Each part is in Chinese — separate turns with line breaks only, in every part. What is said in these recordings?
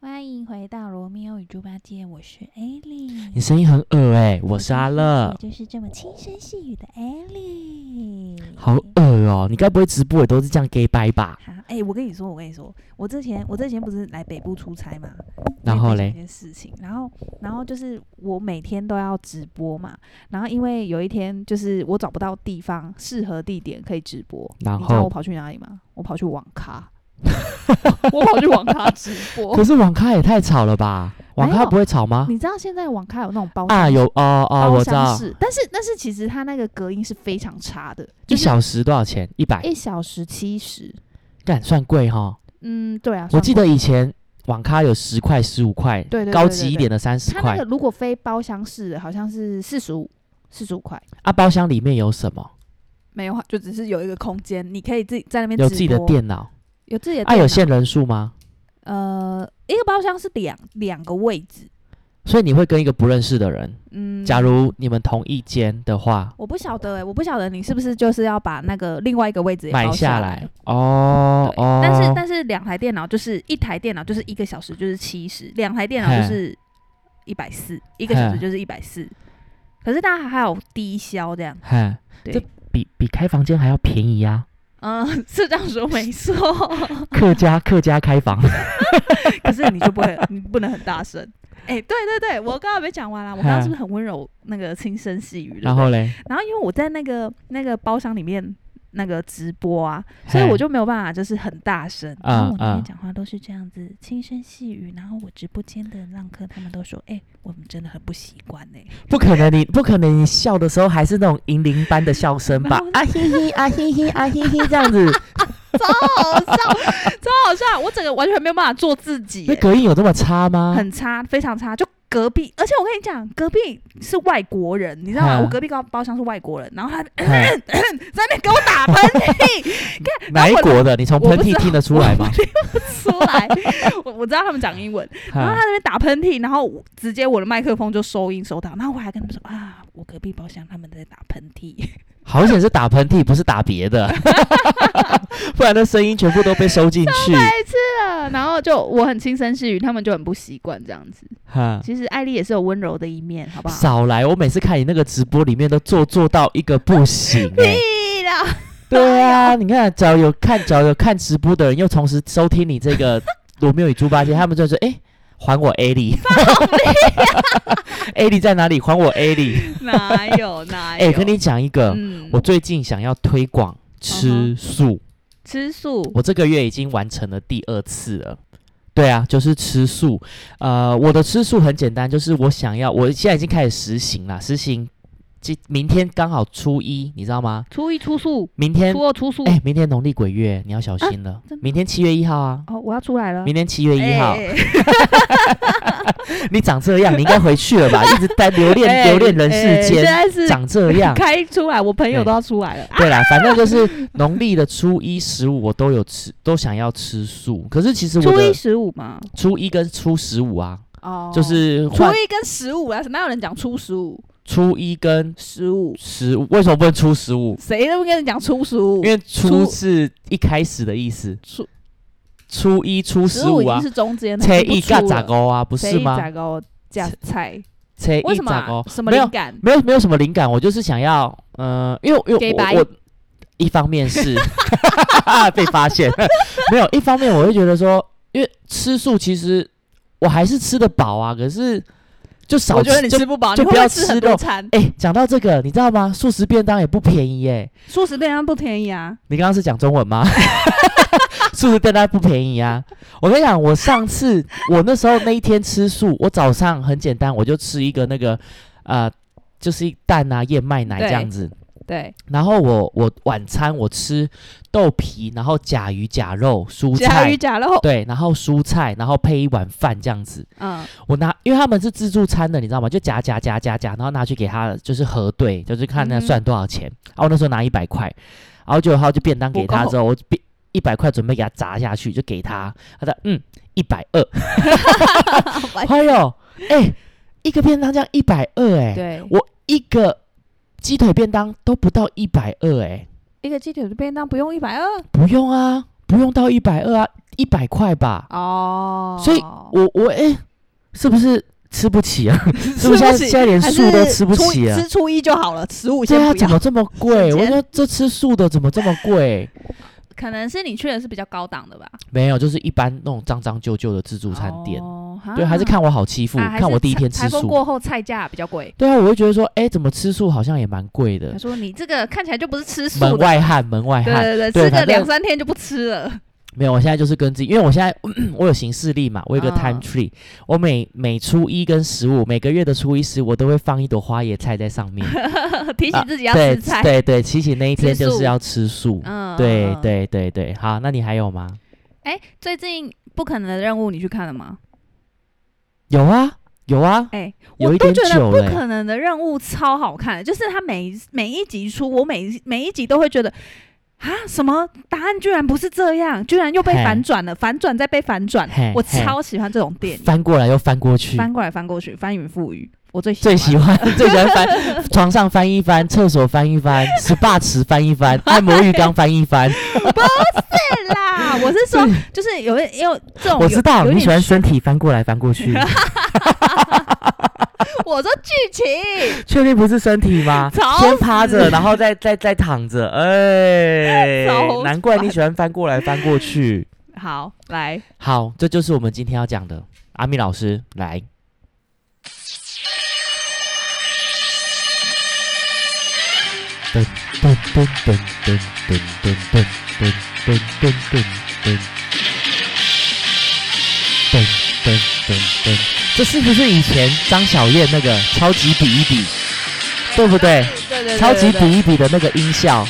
欢迎回到《罗密欧与猪八戒》，我是艾莉。
你声音很恶哎、
嗯
我是阿乐
我，就是这么轻声细语的艾莉。
好恶哦、你该不会直播也都是这样 gay 掰吧？
好，哎、我跟你说，我跟你说，我之前我之前不是来北部出差嘛，
然
因为
后
发生一
嘞，
件事情，然后然后就是我每天都要直播嘛，然后因为有一天就是我找不到地方适合地点可以直播，
然
你知道我
后
跑去哪里吗？我跑去网咖， 我跑去网咖直 播
可。是啊网咖也太吵了吧？
哦没有
网咖不会吵吗？
你知道现在网咖有那种包厢
啊，有哦哦，
包
我知
厢
道，
式，但是但是其实它那个隔音是非常差的，
一
就是
小时多少钱？一百，
一小时七十。
干算贵哈。
嗯，对啊，
我
算
记
贵
得以前网咖有十块、十五块，
对对对
高
对
级
对
一点的三十
它那
块
个。如果非包厢式的，好像是四十五，四十五块。
啊，包厢里面有什么？
没有啊，就只是有一个空间，你可以自己在那边
有
直
自己的
播，
电脑，
有自己的
啊，
电
有
脑
限人数吗？
呃，一个包厢是两两个位置，
所以你会跟一个不认识的人，
嗯，
假如你们同一间的话，
我不晓得哎、我不晓得你是不是就是要把那个另外一个位置也
买
包下
来。哦
对
哦，
但是但是两台电脑就是一台电脑就是一个小时就是七十，两台电脑
嘿
就是一百四，一个小时
嘿
就是一百四。可是大家还有低消这样，
嗨，
对
这比比开房间还要便宜啊！
嗯， 是这样说没 错。哦
客家客家 开房，
可是你就不会，你不能很大声。 哎、对对对，我刚刚没讲完啦，啊我刚刚是不是很温柔，那个轻声细语？
然后嘞，
然后因为我在那个那个包厢里面那个直播啊，所以我就没有办法就是很大声。
啊
然后我那天
啊
讲话都是这样子轻声细语，然后我直播间的浪客他们都说：“哎、我们真的很不习惯呢。
嘿不可能你，不可能你笑的时候还是那种银铃般的笑声
然
吧
后？
啊嘿嘿啊嘿嘿啊嘿嘿这样子，”
超好笑， 超好笑！我整个完全没有办法做自己
那
耶、
隔音有这么差吗？
很差，非常差。就隔壁，而且我跟你讲，隔壁是外国人，你知道吗？
嗯
我隔壁包包厢是外国人，然后他在
嘿
那边给我打喷嚏，
哪一国的？你从
我
喷
不知
嚏
道
听得出来吗？
出来， 我我知道他们讲英文，然后他
哈
在那边打喷嚏，然后我直接我的麦克风就收音收到，然后我还跟他们说啊，我隔壁包厢他们在打喷嚏，
好险是打喷嚏，不是打别的， 不然那声音全部都被收进 去。
白痴了。然后就我很轻声细语，他们就很不习惯这样子。
哈，
其实艾丽也是有温柔的一面，好不好？
少来！我每次看你那个直播里面都做做到一个不行、 欸。
屁啦！
对啊，你看，只要有看，只要有看直播的人，又同时收听你这个《罗密欧与猪八戒》，他们就说：“哎、还我 A 里 ，A 里在哪里？还我 A 里。
哪 有哪有？
哎，跟你讲一个，
嗯，
我最近想要推广吃素，
吃素
我这个月已经完成了第二次了。对啊，就是吃素。呃，我的吃素很简单，就是我想要，我现在已经开始实行了，实行。今明天刚好初一，你知道吗？
初一出素，
明天
初二出素。
哎、明天农历鬼月，你要小心了。
啊真的
明天七月一号啊，
哦，我要出来了。
明天七月一号，
哎哎
你长这样，你应该回去了 吧？一直在留恋、
哎
留恋人世
哎现
间，
在是
长哎这样。
开出来，我朋友都要出来了。
对啦，反正就是农历的初一、十五，我都有吃，都想要吃素。可是其实我
初一
的
十五嘛，
初一跟初十五啊，
哦，
就是
初
换
一跟十五啊，哪有人讲初十五？
初一跟
十五，
十五，为什么不能初十五？
谁都不跟你讲初十五
因？为初
初
是一开始的意思，
初
初一、初十
五
五
已经
啊，
是中间了，
初
已
一
经
嘎
不出
咋
了
勾啊，不是
谁
吗？
咋高加菜？
初一
为什么
咋
啊
勾？？
什么
没有
灵感？
没有没有什么灵感，我就是想要，呃，因为因
给
为
白
我我一方面是 被发现， 没有，一方面我会觉得说，因为吃素其实我还是吃得饱啊，可是就少
我觉得
吃
你
就
吃不饱，你
就
会
不
会
要
吃
吃
很多
肉
餐？
哎、讲到这个，你知道吗？素食便当也不便宜耶、
素食便当不便宜啊，
你刚刚是讲中文吗？ 素食便当不便宜啊！我跟你讲，我上次我那时候那一天吃素，我早上很简单，我就吃一个那个呃，就是一蛋啊、燕麦奶这样子。
对，
然后我我晚餐我吃豆皮，然后甲鱼、甲肉、蔬
甲鱼
菜，
甲肉，
对，然后蔬菜，然后配一碗饭这样子。
嗯，
我拿，因为他们是自助餐的，你知道吗？就夹夹夹夹夹，然后拿去给他，就是核对，就是看那
嗯哼
算多少钱。然后我那时候拿一百块，然后就他就便当给他
不够
之后，我就便一百块准备给他砸下去，就给他，他说嗯一百 二， 哎呦，哎、一个便当这样一百二，哎，
对，
我一个鸡腿便当都不到一百二，哎，
一个鸡腿的便当不用一百二，
不用啊，不用到一百二啊，一百块吧。
哦，
所以我我哎、是不是吃不起 啊？是不是现
吃不
在
起
现在连
还
素都
是
吃不
初
起啊
吃初一就好了，十五先
对啊，
不
怎
要。
么这么贵？
瞬
我
间
说这吃素的怎么这么贵？
可能是你去的是比较高档的吧，
没有，就是一般那种脏脏旧旧的自助餐店。
哦
对，还是看我好欺负，
啊还是
看我第一天
台
吃
风
素。
过后菜价比较贵。
对啊，我会觉得说，哎，怎么吃素好像也蛮贵的
他，说你这个看起来就不是吃素
门
的，
外汉，门外
对
汉。
对
对
对，吃
反
个
正
两三天就不吃了。
没有，我现在就是跟自己，因为我现在 我有行事历嘛，我有一个 time
嗯
tree，、我每每初一跟十五，每个月的初一十五，我都会放一朵花椰菜在上面，
提醒自 己要
啊对
吃菜，
对对，提醒那一天
吃
就
素
是要吃素，
嗯，
对
嗯。嗯
对对对，好，那你还有吗？
哎，最近不可能的任务你去看了吗？
有啊有啊，
哎，
有
我
一
都
点
觉得
久
不
了欸、
可能的任务超好看，就是它每一每一集出，我每一每一集都会觉得。啊！什么答案居然不是这样，居然又被
嘿
反转了，反转再被反转
嘿，
我
嘿
超喜欢这种电影，
翻过来又翻过去，
翻过来翻过去，翻云覆雨，我最喜
最喜欢 最喜欢翻床上翻一翻，厕所翻 一翻，SPA 池翻一翻，按摩浴缸翻一翻。
对啦，我是说，就是有一有这哦种有，
我知道
有
你
点
喜欢身体翻过来翻过去，
我说剧情，
确定不是身体吗
吵？
先趴着，然后再再再躺着，哎
超，烦
难怪你喜欢翻过来翻过去。
好来，
好，这就是我们今天要讲的。阿米老师来，噔噔噔噔噔噔噔噔噔噔噔噔噔噔噔噔噔，这是不是以前张小燕那个超级比一比，对不对？
对对，
超级
比
比一比的那个音效，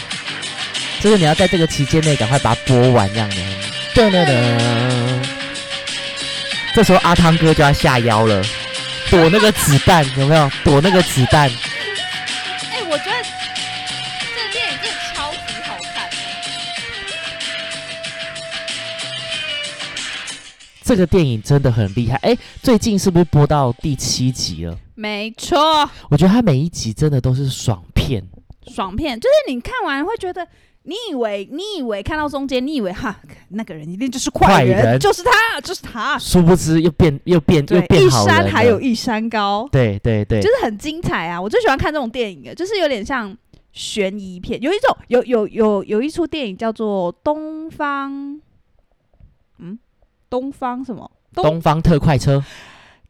就是你要在这个期间内赶快把它播完，这样的。噔噔噔。这时候阿汤哥就要下腰了，躲那个子弹，有没有？躲那个子弹。
哎，我觉得这个电影真的超级好看，
这个电影真的很厉害。哎，最近是不是播到第七集了？
没错，
我觉得它每一集真的都是爽片。
爽片，就是你看完会觉得。你以为你以为看到中间，你以为哈那个人一定就是
坏
坏人，
人
就是他，就是他，
殊不知又变又变又
啊对，
变
一
好人
山
了。
还有一山高，
对对对，
就是很精彩啊！我最喜欢看这种电影了，就是有点像悬疑片，有一种有有有有一出电影叫做《东方》，嗯，东方什么？东
东方特快车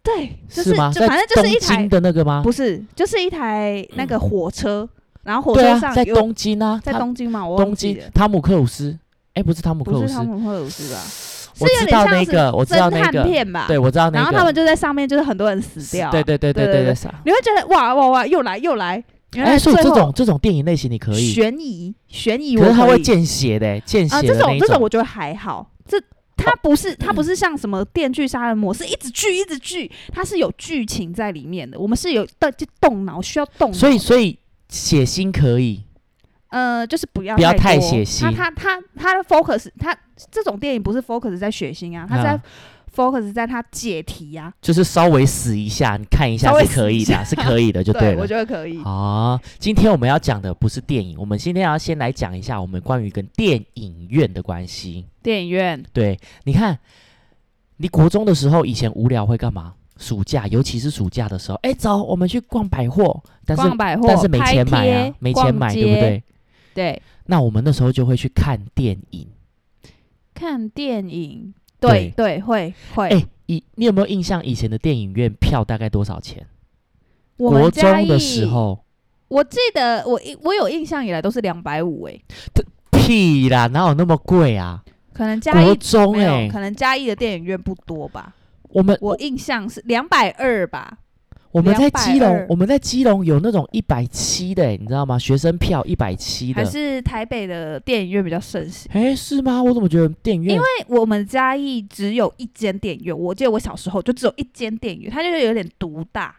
对，就是
是吗？
就
在
反正就是一
东京
台，
的那个吗？
不是，就是一台那个火车，然后火
嗯对
车
啊，
上
在
有
东京啊，
在
它
东京嘛，我
东
忘记
京
了，
汤姆克鲁斯，哎，不是汤姆克
不
鲁
是
斯
汤，姆克鲁斯吧？
我
是有
知
点
道
像
那
是
个，我知道
侦
那
探
个，
片吧？
对，我知道那个，
然后他们就在上面，就是很多人死掉啊，
对对对
对
对
对
对，
你会觉得哇哇哇，又来又来，原来
哎，所以
最
这
后
种这种电影类型你可以，
悬疑悬疑我
可
可以，
是它会见血的，见
啊，
血
这
的那
种
一
这种
种，哦嗯
我觉得还好，这它不是它不是像什么电锯杀人魔，是一直锯一直锯，它是有剧情在里面的，我们是有动就动脑需要动脑，
所以所以血腥可以，
呃就是不要
不要
太
太
多
血腥
它它它它的 focus 它这种电影不是 focus 在血腥啊，它在
啊
focus 在它解题啊，
就是稍微死一下，你看一下
稍微
是可
死一
以的，是可以的就
对我
了。
觉得可以，
啊，今天我们要讲的不是电影，我们今天要先来讲一下我们关于跟电影院的关系。
电影院
对，你看，你国中的时候，以前无聊会干嘛？暑假，尤其是暑假的时候，哎，走，我们去逛百货，但是
逛百货，
但是没
拍
钱买
贴
啊，没钱买，对不？
逛街
对？
对，
那我们那时候就会去看电影。
看电影。
对
对对，会会。
哎，以你有没有印象以前的电影院票大概多少钱？
我们
国
嘉
中的时
义
候，
我记得我一我有印象以来都是两百五哎，
屁啦，哪有那么贵啊？
可能嘉
国
义
中
没有，
哎、
可能嘉义的电影院不多吧。
我们
我
我
印象是两百二吧，
我们在基隆
220，
我们在基隆有那种一百七的、哎你知道吗？学生票一百七的
还，是台北的电影院比较盛行？
哎、是吗？我怎么觉得电影院
因为我们嘉义只有一间电影院，我记得我小时候就只有一间电影院，它就是有点独大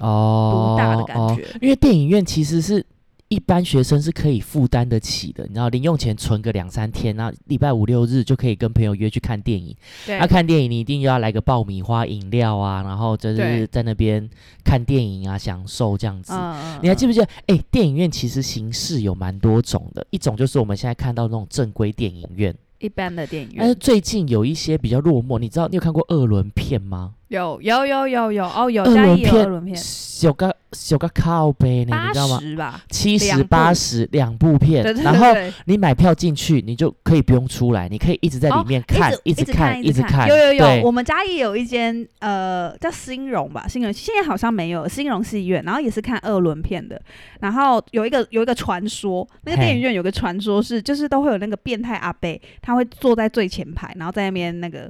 哦
独大的感
哦
觉。
因为电影院其实是一般学生是可以负担得起的，你知道，零用钱存个两三天，然后礼拜五六日就可以跟朋友约去看电影。
对
那、看电影你一定要来个爆米花、饮料啊，然后就是
对
在那边看电影啊，享受这样子。
嗯
你还记
不？
不记得？哎、电影院其实形式有蛮多种的，一种就是我们现在看到那种正规电影院，
一般的电影
但是
院。
最近有一些比较落寞，你知道你有看过《恶轮片》吗？
有有有有有哦，有
二
嘉
轮
义有
片
二轮片，
小个小个靠背呢，你
八
知道吗？
十吧？
七
两
十
部
八十两部片，
对对
然后
对
你买票进去，你就可以不用出来，你可以一直在
哦
里面
对
看，
一
直
看
看，一直看。
有有有，
对
我们嘉义有一间呃叫兴荣吧，兴荣现在好像没有兴荣戏院，然后也是看二轮片的。然后有一个有一个传说，那个
嘿
电影院有个传说是，就是都会有那个变态阿伯，他会坐在最前排，然后在那边那个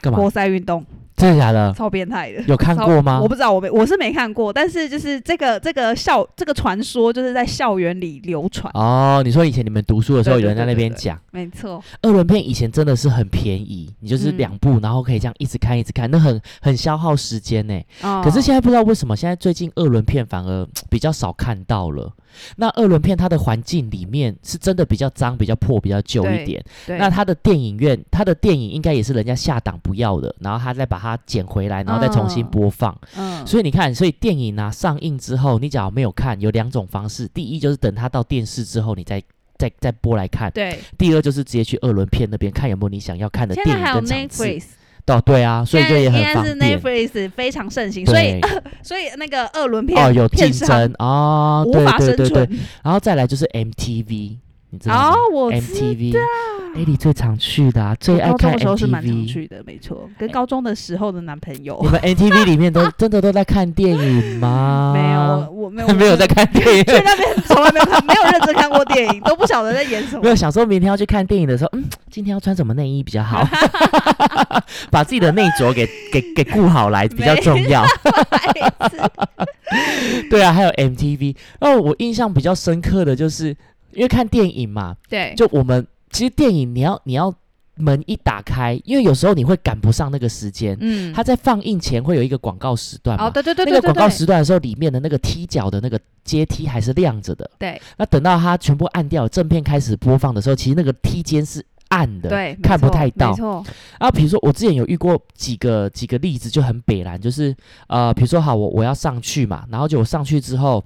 干嘛
活？塞运动，
真的假的？
超变态的。
有看
超
过吗
我？不知道，我没我是没看过，但是就是这个这个校这个传说就是在校园里流传，
哦，你说以前你们读书的时候，
对对
有人在
对
那
对
边
对
讲
没错，
二轮片，以前真的是很便宜，你就是
嗯
两部，然后可以这样一直看，一直看，那很很消耗时间呢。
哦
可是现在不知道为什么，现在最近二轮片反而比较少看到了。那二轮片它的环境里面是真的比较脏、比较破、比较旧
对
一点。
嗯对
那它的电影院，它的电影应该也是人家下档不要的，然后他再把它捡回来，然后再重新
嗯
播放。
嗯
所以你看，所以电影呢、上映之后，你只要没有看，有两种方式：第一就是等它到电视之后，你再再再播来看；
对，
第二就是直接去二轮片那边看有没有你想要看的
现
电
在
影
还有
跟场次。
Netflix。
哦，对啊，所以就也很
现在
方
是
便。
Netflix 非常盛行，所以
对
所以那个二轮片
哦，有竞
片商
争哦，
无
对
法
对
生
对对
存。。
然后再来就是 MTV，你知道吗
哦，我知
MTV，哎，你最常去的、啊，最
我
爱
高中
看
的时候是蛮常
MTV。
去的，没错，跟高中的时候的男朋友
你们 MTV 里面都真的都在看电影吗？
没有，我没有
哎啊 没有在看电影。
去那边从来没有看， 没有认真看过电影，都不晓得在演什
没
么
有，。想说明天要去看电影的时候，嗯，今天要穿什么内衣比较 好， 把自己的内着给给给顾好来比较重 要。
白痴
对啊，还有 MTV。然后哦我印象比较深刻的就是，因为看电影嘛，
对，
就我们其实电影你要你要门一打开，因为有时候你会赶不上那个时间，
嗯
它在放映前会有一个广告时段嘛。
哦，对对对
那
对
个
对
广告
对，
时段的时候，里面的那个踢脚的那个阶梯还是亮着的。
对
那等到它全部按掉，正片开始播放的时候，其实那个梯间是暗的，
对，没
看不
错
太到
没错，
啊，比如说我之前有遇过几个几个例子，就很北蓝，就是呃，比如说好，我我要上去嘛，然后就我上去之后，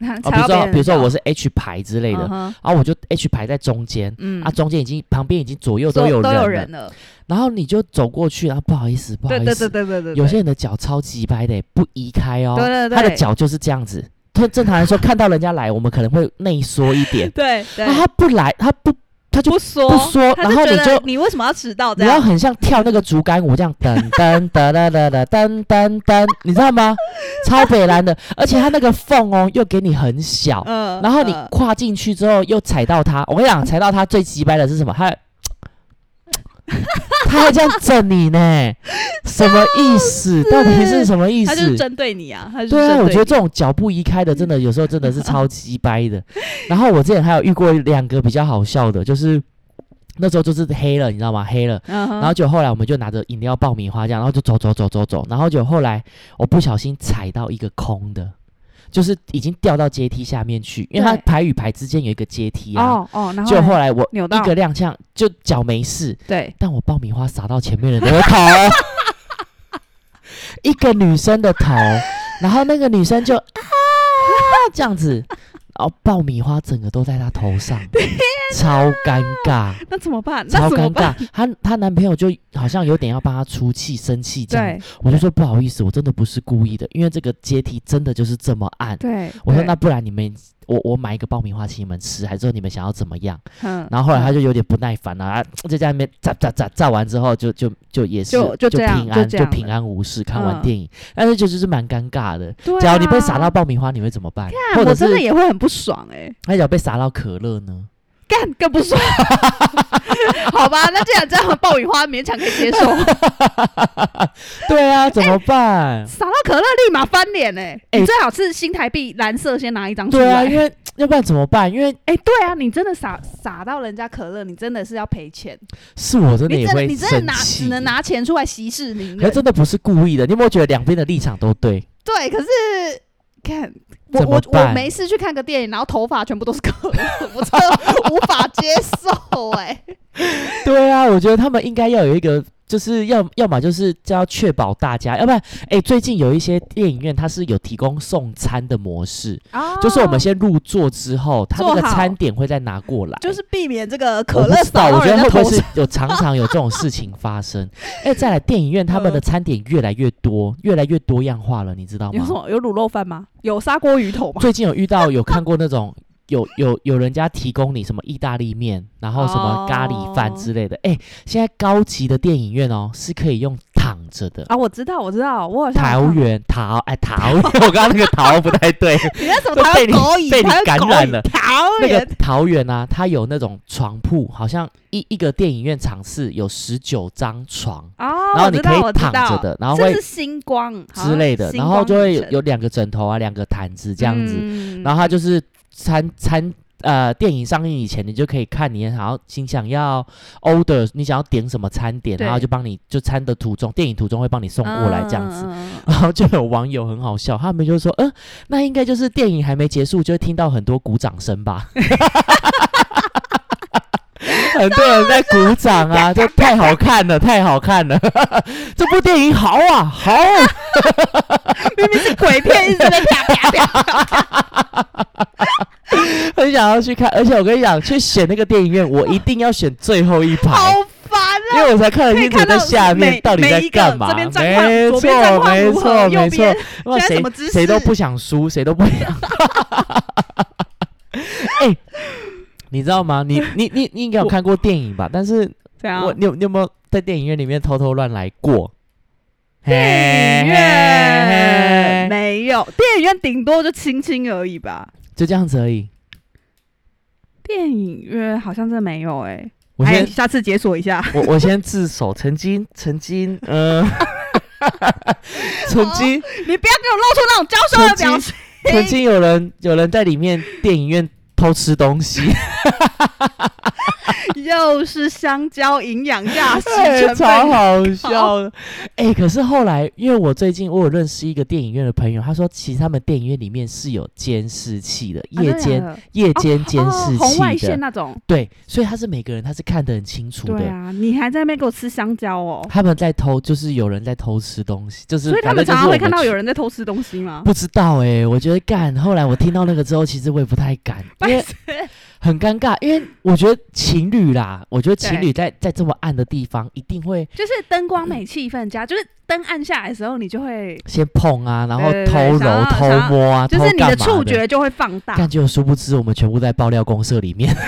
啊，
比
比如说比如说我是 H 排之类的，然后、
的，
我就 H 排在中间。
嗯
啊，，中间已经旁边已经左右
都
都有人
都有
了
人了，
然后你就走过去，然啊后不好意思，不好
对
意思，
对对对对对，
有
对
些人的脚超级白的，不移开哦，
对对对，，
他的脚就是这样子。正正常来说，看到人家来，我们可能会内缩一点啊
对对
那，他不来，他不，他就
不说
不说
他
哦然后
觉
你
得
就
你为什么要迟到这
你要
样？
很像跳那个竹竿舞这样，噔噔噔噔噔噔噔噔噔，你知道吗？超北蓝的，而且它那个缝哦，又给你很小，
嗯
然后你
嗯
跨进去之后又踩到它。我跟你讲，踩到它最鸡掰的是什么？它它还这样整你 呢，什么意思？到底是什么意
他就是
思？
针对你啊，他就是
对啊，
针
我觉得
你
这种脚步移开的，真的有时候真的是超级掰 的。然后我之前还有遇过两个比较好笑的，就是那时候就是黑了，你知道吗？黑了，
嗯哼
然后就后来我们就拿着饮料、爆米花这样，然后就走走走走走，然后就后来我不小心踩到一个空的，就是已经掉到阶梯下面去，因为它
对
排与排之间有一个阶梯啊。
哦哦，然后
就
嘞
后来我
扭
一
到
个踉跄，就脚没事，
对
但我爆米花洒到前面人的头，啊 一个女生的头，然后那个女生就啊这样子，然后爆米花整个都在她头 上，超尴尬。
那怎么办？ 那
超
怎
尴
么办？
尬。她她男朋友就好像有点要帮她出气、生气这样
对。
我就说不好意思，我真的不是故意的，因为这个阶梯真的就是这么暗。
对，
我说
对
那不然你们，我我买一个爆米花请你们吃，还是说你们想要怎么样？
嗯
然后后来他
嗯
就有点不耐烦了、啊，就在那边炸炸炸炸完之后就，就就也是
就就这样
平安
就这样了
平安无事，看完
嗯
电影，但是就就是蛮尴尬的。
对啊
假如你被撒到，爆米花，你会怎么办？
干
或者
我真的
是
也会很不爽哎，
那假如被撒到可乐呢？
干更不爽。 好吧，那既然这样，爆米花勉强可以 接受，
对啊，怎么 办？
撒到可乐立马翻脸哎！
哎
你最好是新台币蓝色先拿一张出
对啊，
来
因。为要不然怎么办？因为
哎，对啊，你真的撒撒到人家可乐，你真的是要赔钱。
是我真的
你
也
真的
会
你真的
生
拿
气，
只能，拿钱出来息事宁
可是
人。
真的不是故意的。你有没有觉得两边的立场 都对？
对，可是看我
怎么
我我
办
没事去看个电影，然后头发全部都是可乐，我 真的无法接受哎、
对啊，我觉得他们应该要有一个就是要要么就是就要确保大家，要不然哎、最近有一些电影院它是有提供送餐的模式，
啊
就是我们先入座之后，它那
做
个
好
餐点会再拿过来，
就是避免这个
我
可
不
乐
知道，
洒
我
到
觉得
人
会
的
不会
头
是
上。
有常常有这种事情发生？哎，再来，电影院他们 的
呃
餐点越来越多，越来越多样化了，你知道
有
吗
什？么？有卤肉饭吗？有砂锅鱼头吗？
最近有遇到有看过那种 有有有人家提供你什么意大利面，然后什么咖喱饭
哦
之类的。哎，现在高级的电影院哦是可以用躺着的。
啊，我知道，我知道，我好像有看
桃园桃哎桃 园，我刚刚那个桃不 太对，
你那什么
都
台
被
湾
你
狗椅，
被你
台湾
感
狗
染
椅
了
桃
那个
园
桃园啊，它有那种床铺，好像一一个电影院场次有十九张床。
哦，
然后
我
你
知
可
道，我
以
知
躺着
道，
的，然后
这
会
是星光好
之
像
类的，
星
然后
光
就会
影
有
城
有两个枕头啊，两个毯子这样子，
嗯
然后它就是餐餐呃电影上映以前，你就可以看你想要你想要 order 你想要点什么餐点，然后
对
就帮你就餐的途中，电影途中会帮你送过来这样子。
嗯嗯嗯嗯
然后就有网友很好笑，他们就说：“嗯、那应该就是电影还没结束，就会听到很多鼓掌声吧。” 很多人在鼓 掌啊，就太好看了，太好看了！ 这部电影好啊， 好！
明明是鬼片，一直在那边
很想要去看，而且我跟你讲，去选那个电影院，我一定要选最后一排，
好烦
因
啊！
为我才看得
可以
清楚
看到
在下面
每
到底
每
在
一个
干嘛。
这边战况
没
左边战
错，
况
没
如何
错，
右
没错
边。
哇，
现在
谁
什么姿势
谁都不想输，谁都不想。 哎、你知道吗？你你你你应该有看过电影吧？但是
这样
我你有你有没有在电影院里面偷偷乱来过？
电影
嘿嘿
院
嘿
没有，电影院顶多就亲亲而已吧。
就这样子而已。
电影院好像真的没有哎、
我
哎，
先、
下次解锁一下。
我我先自首，曾经曾经呃， 曾经
你不要给我露出那种娇羞的表情。
曾经有人有人在里面电影院偷吃 东西。
又 是香蕉营养价 值
哎
成
超
分
好笑的。哎、可是后来，因为我最近我有认识一个电影院的朋友，他说其实他们电影院里面是有监视器的，夜间、
啊
夜
哦
间监
哦
视
红外
器的，
线那种。
对，所以他是每个人他是看得很清楚
对
的。
啊，你还在那边给我吃香蕉哦，
他们在偷，就是有人在偷吃东西，就是
所以他
反
们
正就
常
是
常
我
会看到
去
有人在偷吃东西吗？
不知道哎、我觉得干。后来我听到那个之后，其实我也不太敢， 因为很尴尬，因为我觉得情侣啦，我觉得情
对
侣在在这么暗的地方，一定会
就是灯光美、气氛佳，就是灯暗下来的时候，你就会，
先碰啊，然后
对对对
偷
想
揉、
要
偷
想要
摸啊，
就
偷
是你
干
的
嘛
触觉就会放大。
但就殊不知我们全部在爆料公社里面。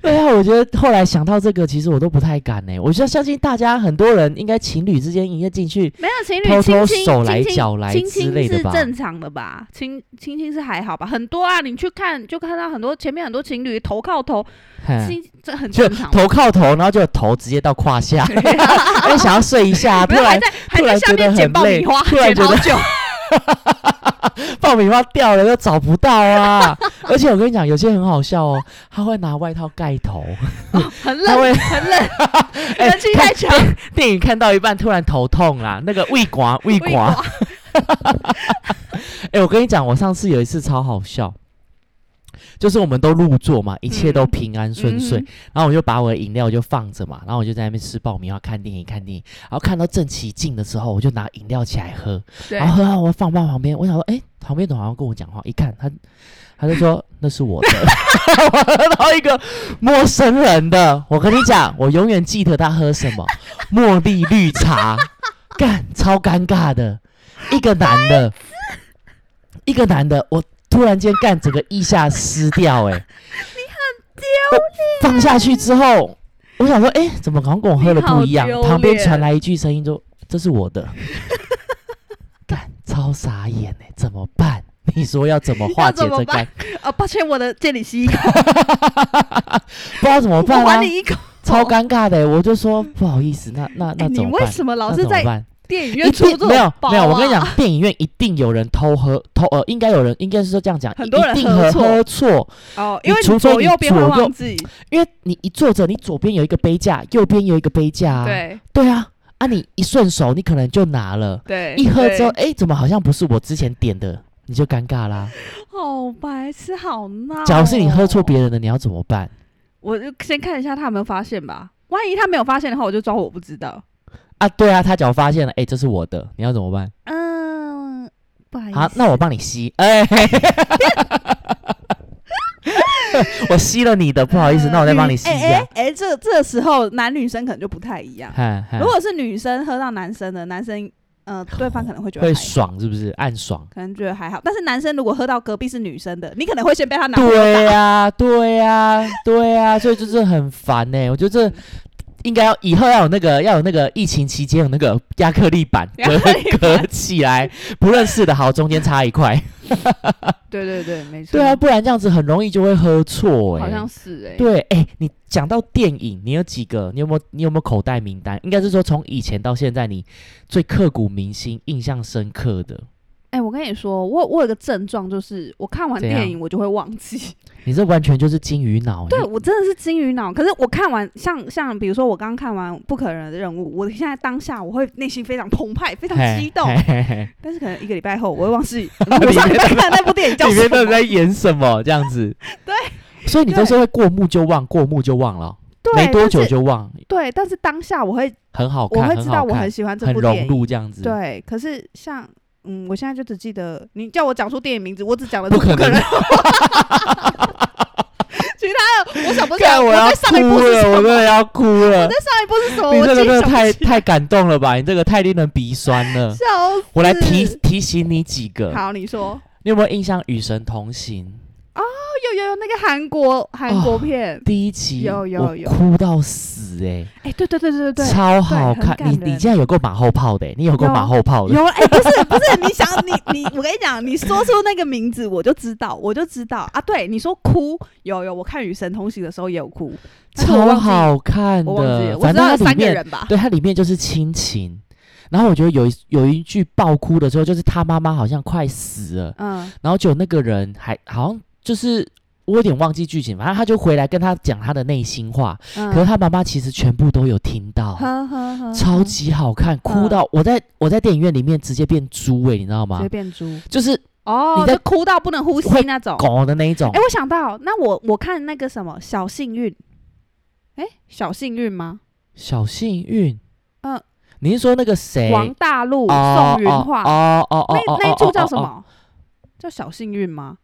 对啊，我觉得后来想到这个，其实我都不太敢呢、我就相信大家很多人应该情侣之间应该进去，
没有情侣
偷偷
亲亲
手来
亲亲
脚来
亲
之
亲
类的
是
吧
正常的吧？亲亲亲是还好吧？很多啊，你去看就看到很多前面很多情侣头靠头，
哼
亲这很
嗯就
正常。
头靠头，然后就头直接到 胯下，因为想要睡一下，啊突
没有还
然
在还
突
在
然
下
觉得
面
很
捡爆
累
米花，
突然
捡
觉
好
得
久。
爆米花掉了又找不到啊！ 而且我跟你讲，有些很好笑哦，他会拿外套盖头。
很
他会
冷，很冷，
哎
人气太强，
电影看到一半突然头痛啦，那个胃刮胃
会
刮。哎、我跟你讲，我上次有一次超好笑，就是我们都入座嘛，一切都
嗯
平安顺遂，
嗯
然后我就把我的饮料我就放着嘛，然后我就在那边吃爆米花、看电影、看电影，然后看到正起劲的时候，我就拿饮料起来喝，
对
然，后喝到我放到旁边，我想说，哎、旁边的好像跟我讲话，一看他，他就说 那是我的，我喝到一个陌生人的，我跟你讲，我永远记得他喝什 么，茉莉绿茶，干超尴尬的，一个男 的，一个男的，我突然间干整个腋下湿掉、哎，你很丢脸，放下去之后。我想说，哎、怎么好像跟我喝的不一样
你好？丢
旁边
脸
传来一句声音就这是我的，干超傻眼哎、怎么办？ 你说要怎么化
要
解
怎
这
么
个
办？啊，抱歉，我的借你吸一口，
哦 不知道怎么
我
办啊
还，你一口。
超尴尬的欸、我就说不好意思，那那那
哎，你
怎么
为
办？
什么老
那
是
怎么
在
办？
电影
一
院出这
定
种
没有
包
没有，我跟你
啊
讲，，电影院一定有人偷喝偷呃，应该有人应该是说这样讲，
很
一
多人
一定
喝
喝
错
喝错，
哦，
你
因为
除
你
非
左
你
右边会
左右
忘记，
因为你一坐着，你左边有一个杯架，右边有一个杯架、啊，
对
对啊，啊你一顺手你可能就拿了，
对，
一喝之后，
对，
哎、怎么好像不是我之前点的，你就尴尬啦。
好白痴，好闹。哦
假如是你喝错，别人的，你要怎么办？
我就先看一下他有没有发现吧。万一他没有发现的话，我就抓我不知道。
啊，对啊，他脚发现了，哎、这是我的，你要怎么办？
嗯，不好意思。
好、那我帮你吸，哎、我吸了你的，不好意思，那我再帮你吸一
哎
下哎
哎。哎，这这时候男女生可能就不太一样。
嗨嗨
嗯如果是女生喝到男生的，男生呃，对方可能会觉得
会
还好
爽是不是？暗爽。
可能觉得还好。但是男生如果喝到隔壁是女生的，你可能会先被他男朋友
对啊呀、对呀、对呀、所以就是很烦呢、我觉得这应该要以后要有那个要有那个疫情期间有那个亚克力板
压力
隔隔起来，不认识的好中间插一 块。
对对对，没错。
对啊，，不然这样子很容易就会喝错哎、
好像是哎、
对，哎、你讲到电影，你有几个？你有没有？你有没有口袋名单？应该是说从以前到现在，你最刻骨铭心、印象深刻的。
哎、我跟你说，我我有个症状，就是我看完
怎样
电影我就会忘记。
你这完全就是金鱼脑。
对
你
我真的是金鱼脑，可是我看完像像比如说我刚看完《不可能的任务》，我现在当下我会内心非常澎 湃，非常
嘿
激动，
嘿嘿嘿
但是可能一个礼拜后我会忘 记 我上礼拜看的 那部电影叫
里
什
面到底
么。
在演什么？这样子。
对。
所以你都是会过目就忘，过目就忘了，
对，
没多久
但是
就忘，
对，但是当下我会
很好
我
看，
会
很
知道
好
我很
看，
喜欢这
很
部电
融
影，
入这样子。
对。可是像嗯，我现在就只记得你叫我讲出电影名字，我只讲了
不可
不可
能
能。 其他的我想不起来，
看我要
在上一
哭
部是什
了，我真
么？
的要哭了
在。上一部是什么？
你
我
这
记
个真的
想不
太
起来
太感动了吧？你这个太令人鼻酸了。
笑死。
我来提提醒你几个。
好，你说。
你有没有印象《与神同行
哦，有有有那个韩国韩国片》，
第一集？
有有
我
有
哭到死哦哎、
哎、对对对对对，
超好看
对。很
你
感人
你竟然有够马后炮的欸、你有够
有
马后炮的。
有哎、不是不是，你想你你，我跟你讲，你说出那个名字，我就知道，我就知道啊。对，你说哭，有有，我看《与神同行》的时候也有哭，但是我
超
忘记
好看
我忘记
的
了，，我
反
知
正
道有
它
三
里
个
面
人吧。
对它里面就是亲情，然后我觉得有一有一句爆哭的时候，就是他妈妈好像快死了，
嗯，
然后就有那个人还好像就是我有点忘记剧情，反正他就回来跟他讲他的内心话，
嗯
可是他妈妈其实全部都有听到，
呵呵呵，
超级好看，哭
嗯
到我在我在电影院里面直接变猪哎、你知道吗
随？便猪
就是
哦，
你在
就哭到不能呼吸
会
那种。
狗的那一种
哎、，我想到，那我我看那个什么小幸运，哎、小幸运吗？
小幸运。
嗯
你是说那个谁？
王大陆、
哎哦
宋云桦、
哦哦哦，
那
哦
那一
哦
部叫
哦
什
哦
么？叫小幸运吗？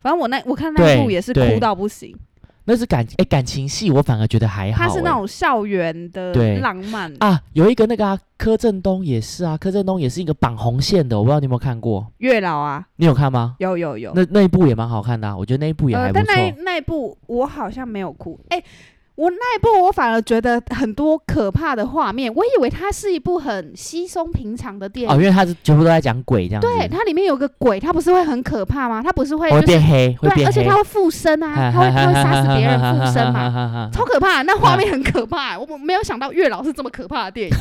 反正我那我看那一部
对
也是
对
哭到不行，
那是感哎、感情戏，我反而觉得还好、
它是那
哎
种校园的
对
浪漫，
啊，有一个那个啊，柯震东也是啊，柯震东也是一个绑红线的，我不知道你有没有看过，
月老啊，
你有看吗？
有有有。
那那一部也蛮好看的、啊，我觉得那一部也还
呃，
不
但
错。
那一那一部我好像没有哭，哎、我那一部我反而觉得很多可怕的画面，我以为它是一部很稀松平常的电
哦，
影。
因为他是全部都在讲鬼这样子，
对，它里面有个鬼，它不是会很可怕吗？它不是会
哦
就
会
是
变黑，会
对，啊
变
而且
黑
它，会附身 啊，它会它会杀死别人附身嘛。
嘛
超可怕，那画面很可怕、我没有想到月老是这么可怕的电影。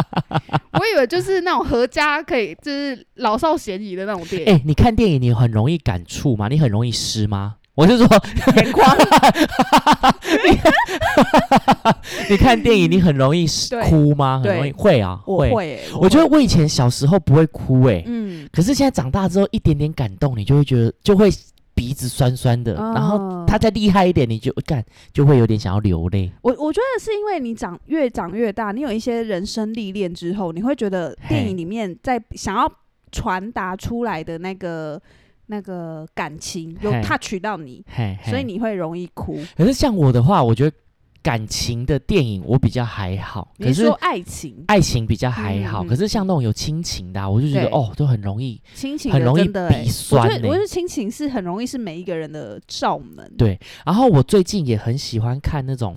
我以为就是那种合家可以就是老少咸宜的那种电
哎、
影，
你看电影你很容易感触吗？你很容易湿吗？ 我是说，
哎眼眶
你看电影你很容易湿
对
哭吗？很容易
对
会啊，
我会、欸，
我觉得我以前小时候不会哭、哎、
嗯，
可是现在长大之后，一点点感动，你就会觉得就会鼻子酸酸的，然后
哦
他再厉害一点，你就干就会有点想要流泪。
我我觉得是因为你长越长越大，你有一些人生历练之后，你会觉得电
嘿
影里面在想要传达出来的那个那个感情有
嘿
touch 到你，
嘿嘿
所以你会容易哭。
可是像我的话，我觉得感情的电影我比较还好，
你
可
是
是
说爱情、
爱情比较还好。
嗯嗯
可是像那种有亲情的、啊，我就觉得
对
哦，就很容易。
亲情
很
的
容易
真的欸
鼻酸
我觉
欸
得，我觉得亲情是很容易是每一个人的罩门。
对然后我最近也很喜欢看那种，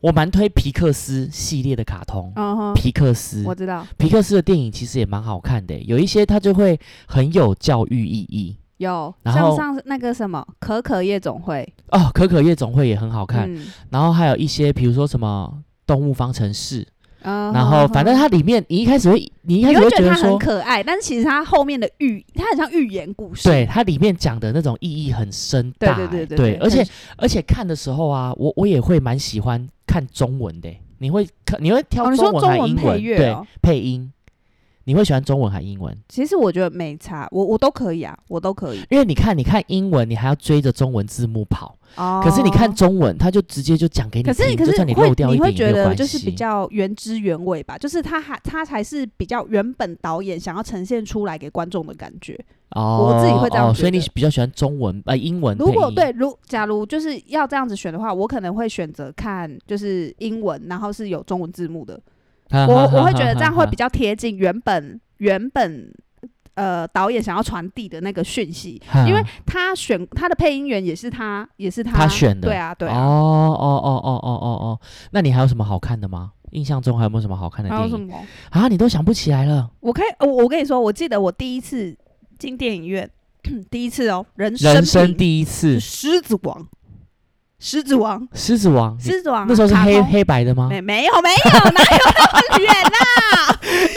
我蛮推皮克斯系列的卡通。
嗯哼，
皮克斯，
我知道
皮克斯的电影其实也蛮好看的，欸有一些它就会很有教育意义。
有，
然
像
后
上次那个什么可可夜总会，
哦，可可夜总会也很好看，
嗯，
然后还有一些比如说什么动物方程式，
嗯
然后反正它里面你一开始会，你一开
你
始
会
会
觉得
得
它很
说，
可爱，但是其实它后面的寓，它很像寓言故事。
对，它里面讲的那种意义很深
对
大欸，
对对
对
对对
而且
很
而且看的时候啊，我我也会蛮喜欢看中文的欸，你会看你会挑
哦，你
中
说
文
中
还是
文
英
配
文？
乐
对
哦，
配音。你会喜欢中文还英文？
其实我觉得没差，我我都可以啊，我都可以。
因为你看，你看英文，你还要追着中文字幕跑。
哦
可是你看，中文，他就直接就讲给你
可
听，
是可
就算
是
你
会
漏掉一
你会
点
觉
也没
得
有关
就是
系。
比较原汁原味吧，就是他还他才是比较原本导演想要呈现出来给观众的感觉。
哦，
自己会这样
哦，
觉
所以你
得
比较喜欢中文呃英文配
如
音？
果对，如假如就是要这样子选的话，我可能会选择看就是英文，然后是有中文字幕的。
哈，
我
啊哈
我会觉得这样会。
哈哈
比较贴近原本原本呃导演想要传递的那个讯息，
哈
因为他选他的配音员也是他也是他
他选的
对啊对啊。
哦哦哦哦哦哦哦，那你还有什么好看的吗？印象中还有没有什么好看的
还有
电
什
影
么？
啊？你都想不起来了？
我可以，呃我我跟你说，我记得我第一次进电影院， 第一次哦，人生
人生
病
第一
是，
次
狮子王，狮子王，
《狮子王》你
狮子王啊
那时候是
卡
黑
通
黑白的吗？
没没有没有， 哪有那么远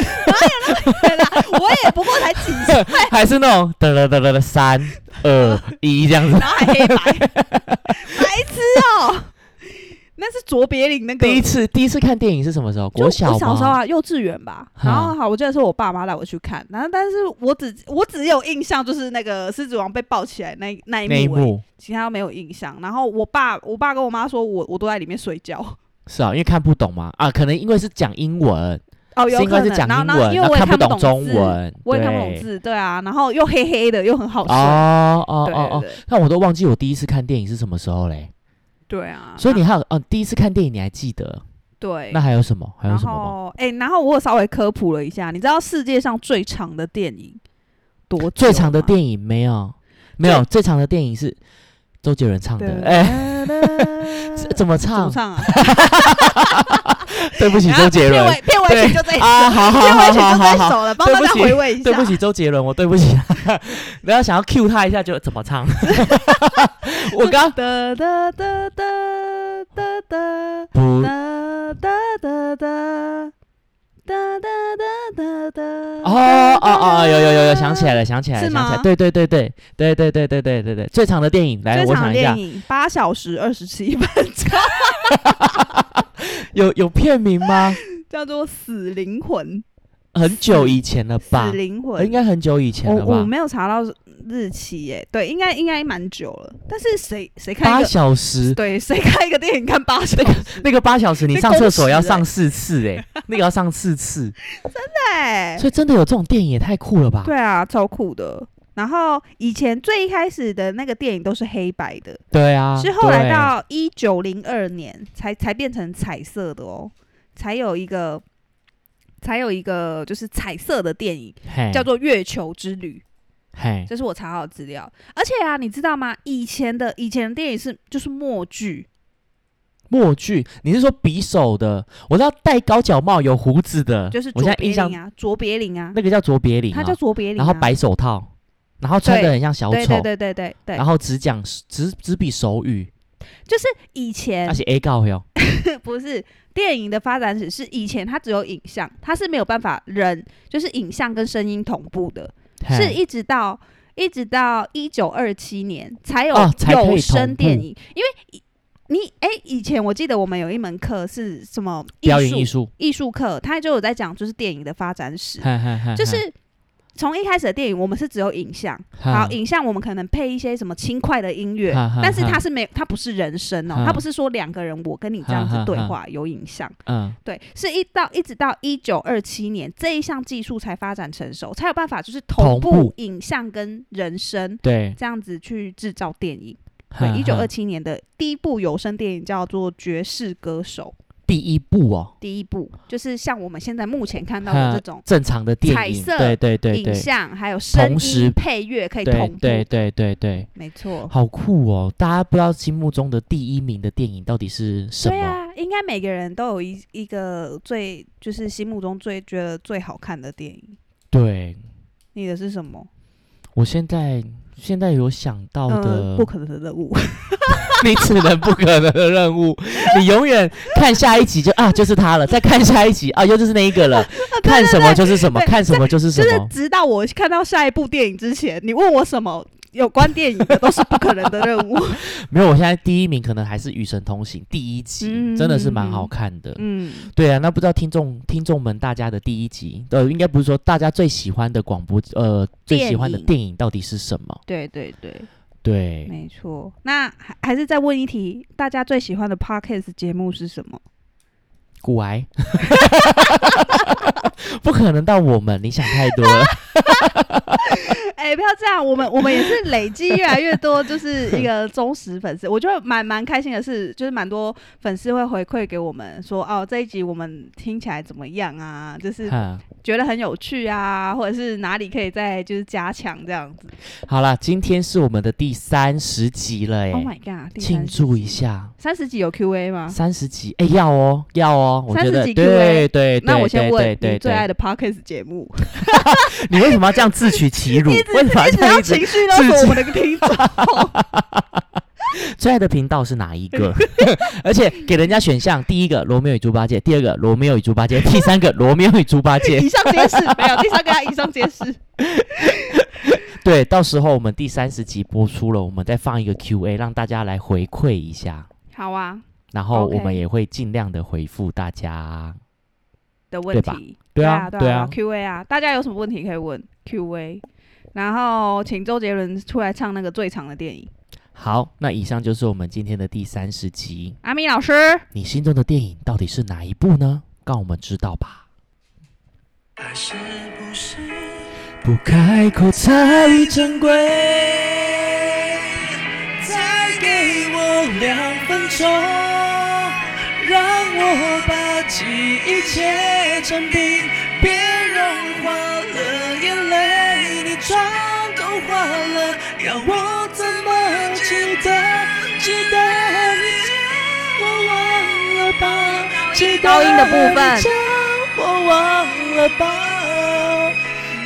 啦、哪有那么远啊啦、我也不过才几岁，
还是那种得了得了的三二一这样子？
然后还黑白，白痴哦、那是卓别林那个
第一次第一次看电影是什么时候？
就
国小
我
吗？
小时候啊，幼稚园吧。
哈
然后好，我记得是我爸妈带我去看，然后但是我只我只有印象就是那个狮子王被抱起来那那
那一
一幕而已，
幕
其他都没有印象。然后我爸我爸跟我妈说我我都在里面睡 觉，
是啊，因为看不懂嘛啊，可能因为是讲英文，
哦，
是
有
因
可
为是
能。
讲
然后
英
然后
文，
因为
然后
我也
看不
不
懂中
字，
文，
我也看不懂
对。
字，对啊。然后又黑黑的，又很好睡，
哦哦
对
哦
对
哦，那我都忘记我第一次看电影是什么时候嘞。
对啊。
所以你
然后
还有哦，第一次看电影你还记得？
对
那。还有什么？还有
然
什么吗？
后，哎、然后我有稍微科普了一下，你知道世界上最长的电影多久吗
最长的电影没有，没有最长的电影是周杰伦唱的。哎，
哎，
这怎么
怎
唱
么？唱啊？
对不起，
然
周
后
杰伦。
片尾片尾曲就这一首，
啊，好好
片尾
好
曲
好
就这
好
一
好，
首了，帮
对
大
不
家
起
回味一下。
对不起周杰伦，我对不起。然后想要 cue 他一下，就怎么唱？我刚
哒哒哒哒哒哒
不
哒哒哒哒。哒哒哒哒哒！
哦哦哦，有有有有，想起来了，想起来了，
是
想起来了，
吗
对对对对对对对对对对对，最长的电影，来
最
我
长
想
的
一下
电，影八小时二十七分钟，
有有片名吗？
叫做《死灵魂
很久以前了》。吧
死？灵魂，
应该很久以前
我
了
我
吧？
没有查到日期耶，对，应该应该蛮久了。但是谁谁看
八
一个
小时，
对谁看一个电影看八小时？
那个八小时，你
那
上
工
厕所要
时
上四次，哎，那个要上四次，
对，
所以真的有这种电影也太酷了吧？
对啊，超酷的。然后以前最一开始的那个电影都是黑白的，
对啊，
是后来
对
到一九零二年才才变成彩色的哦，才有一个才有一个就是彩色的电影
嘿
叫做《月球之旅
嘿》，
这是我查好的资料。而且啊，你知道吗？以前的以前的电影是就是默剧，
默剧，你是说匕首的？我知道戴高脚帽有胡子的，
就是
我
卓
现在印
别
象
林啊，卓别林啊，
那个叫卓别林、啊，
他叫卓别林、
然
啊，
后白手套，然后穿的
对
很像小
对
丑
对，对对对对
然，后只讲只只比手语，
就是以前
而且 A 告哟，
不是电影的发展史是以前它只有影像，它是没有办法人就是影像跟声音同步的，
嘿
是一直到一直到一九二七年才有
哦才可以
有声
同步
电影，因为以你哎、以前我记得我们有一门课是什么艺
表演艺
术
术，
艺术课，它就有在讲就是电影的发展史，
嘿嘿嘿
就
嘿
是。从一开始的电影，我们是只有影像，好，
哈
影像我们可能配一些什么轻快的音乐
嗯哈哈，
但是
哈
它是没，它不是人声哦
哈，
它不是说两个人我跟你这样
哈
子
哈
对
哈
话有影像，
嗯
对，是一到一直到一九二七年这一项技术才发展成熟，才有办法就是同
同步
步影像跟人声
对，
这样子去制造电影。
哈
对，一九
哈
二七年的第一部有声电影叫做《爵士歌手》，
第一部哦，
第一部就是像我们现在目前看到的
哈
这种
正常的电
彩
影，
色
对对对
影
对，
像，还有声
同时
音配乐可以
对
同步。
对对对对，
没错。
好酷哦！大家不知道心目中的第一名的电影到底是什
对
么？
啊，应该每个人都有一一个最就是心目中最觉得最好看的电影。
对
你的是什么？
我现在现在有想到的
呃，，不可能的任务。
你只能不可能的任务，你永远看下一集就啊就是他了，再看下一集啊又就是那一 个了，看什么就是什么，
对
看什么就是什
就是
么，
直到我看到下一部电影之前，你问我什么，有关电影的都是不可能的任 务。
没有，我现在第一名可能还是《与神同行》第一集，
嗯
真的是蛮好看的。
嗯，
对啊，那不知道听众听众们大家的第一集，呃，应该不是说大家最喜欢的广播，呃，最喜欢的
电影
电影到底是什么？
对对对，
对，
没错。那还还是再问一题，大家最喜欢的 podcast 节目是什么？
骨癌， 不可能到我们，你想太多了。
哎、不要这样，我们我们也是累积越来越多，就是一 个忠实粉丝。我觉得蛮蛮开心的是，就是蛮多粉丝会回馈给我们说，哦，这一集我们听起来怎么样啊？就是
哈，
觉得很有趣啊，或者是哪里可以再就是加强这样子。
好啦，今天是我们的第三十集了，哎、
Oh my god！第
庆
30
祝
集
一下。
三十集有 Q&A 吗？
三十集，哎、要哦，要哦，我觉得
啊30集
对
Q&A
对对，
那我先
对
问
对
你
对
最
对
爱的 podcast 节目，
你为什么要这样自取其辱？
一直
为什么
一直
这样
要
啊一直？
情绪勒索我们的听众？
最爱的频道是哪一个？ 而且给人家选项，第一个《罗密欧与猪八戒》，第二个《罗密欧与猪八戒》，第三个《罗密欧与猪八 戒》
以。上皆 是，没有第三个要以上皆是。
对，到时候我们第三十集播出了，我们再放一个 Q&A，让大家来回馈一下，
好啊
然后
OK
我们也会尽量的回复大家。
的问
对吧
题，
对
啊
啊
对
对啊
Q&A 啊，大家有什么问题可以问 Q&A，然后请周杰伦出来唱那个最长的电影。
好，那以上就是我们今天的第三十集。
阿咪老师，
你心中的电影到底是哪一部呢？让我们知道吧。
是不是
不开口才珍贵。
再给我两分钟，让我把记忆切成冰，别融化了眼泪，你妆都花了，要我怎么记得？记得你，我忘了吧？记得
高音的部分
你叫我忘了吧？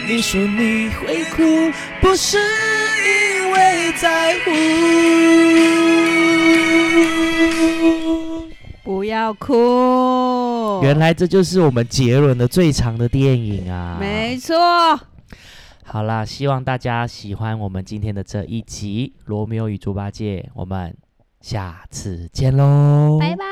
你说你会哭，不是因为在乎。
不要哭，
原来这就是我们杰伦的最长的电影啊！
没错，
好啦，希望大家喜欢我们今天的这一集《罗密欧与猪八戒》，我们下次见喽，
拜拜。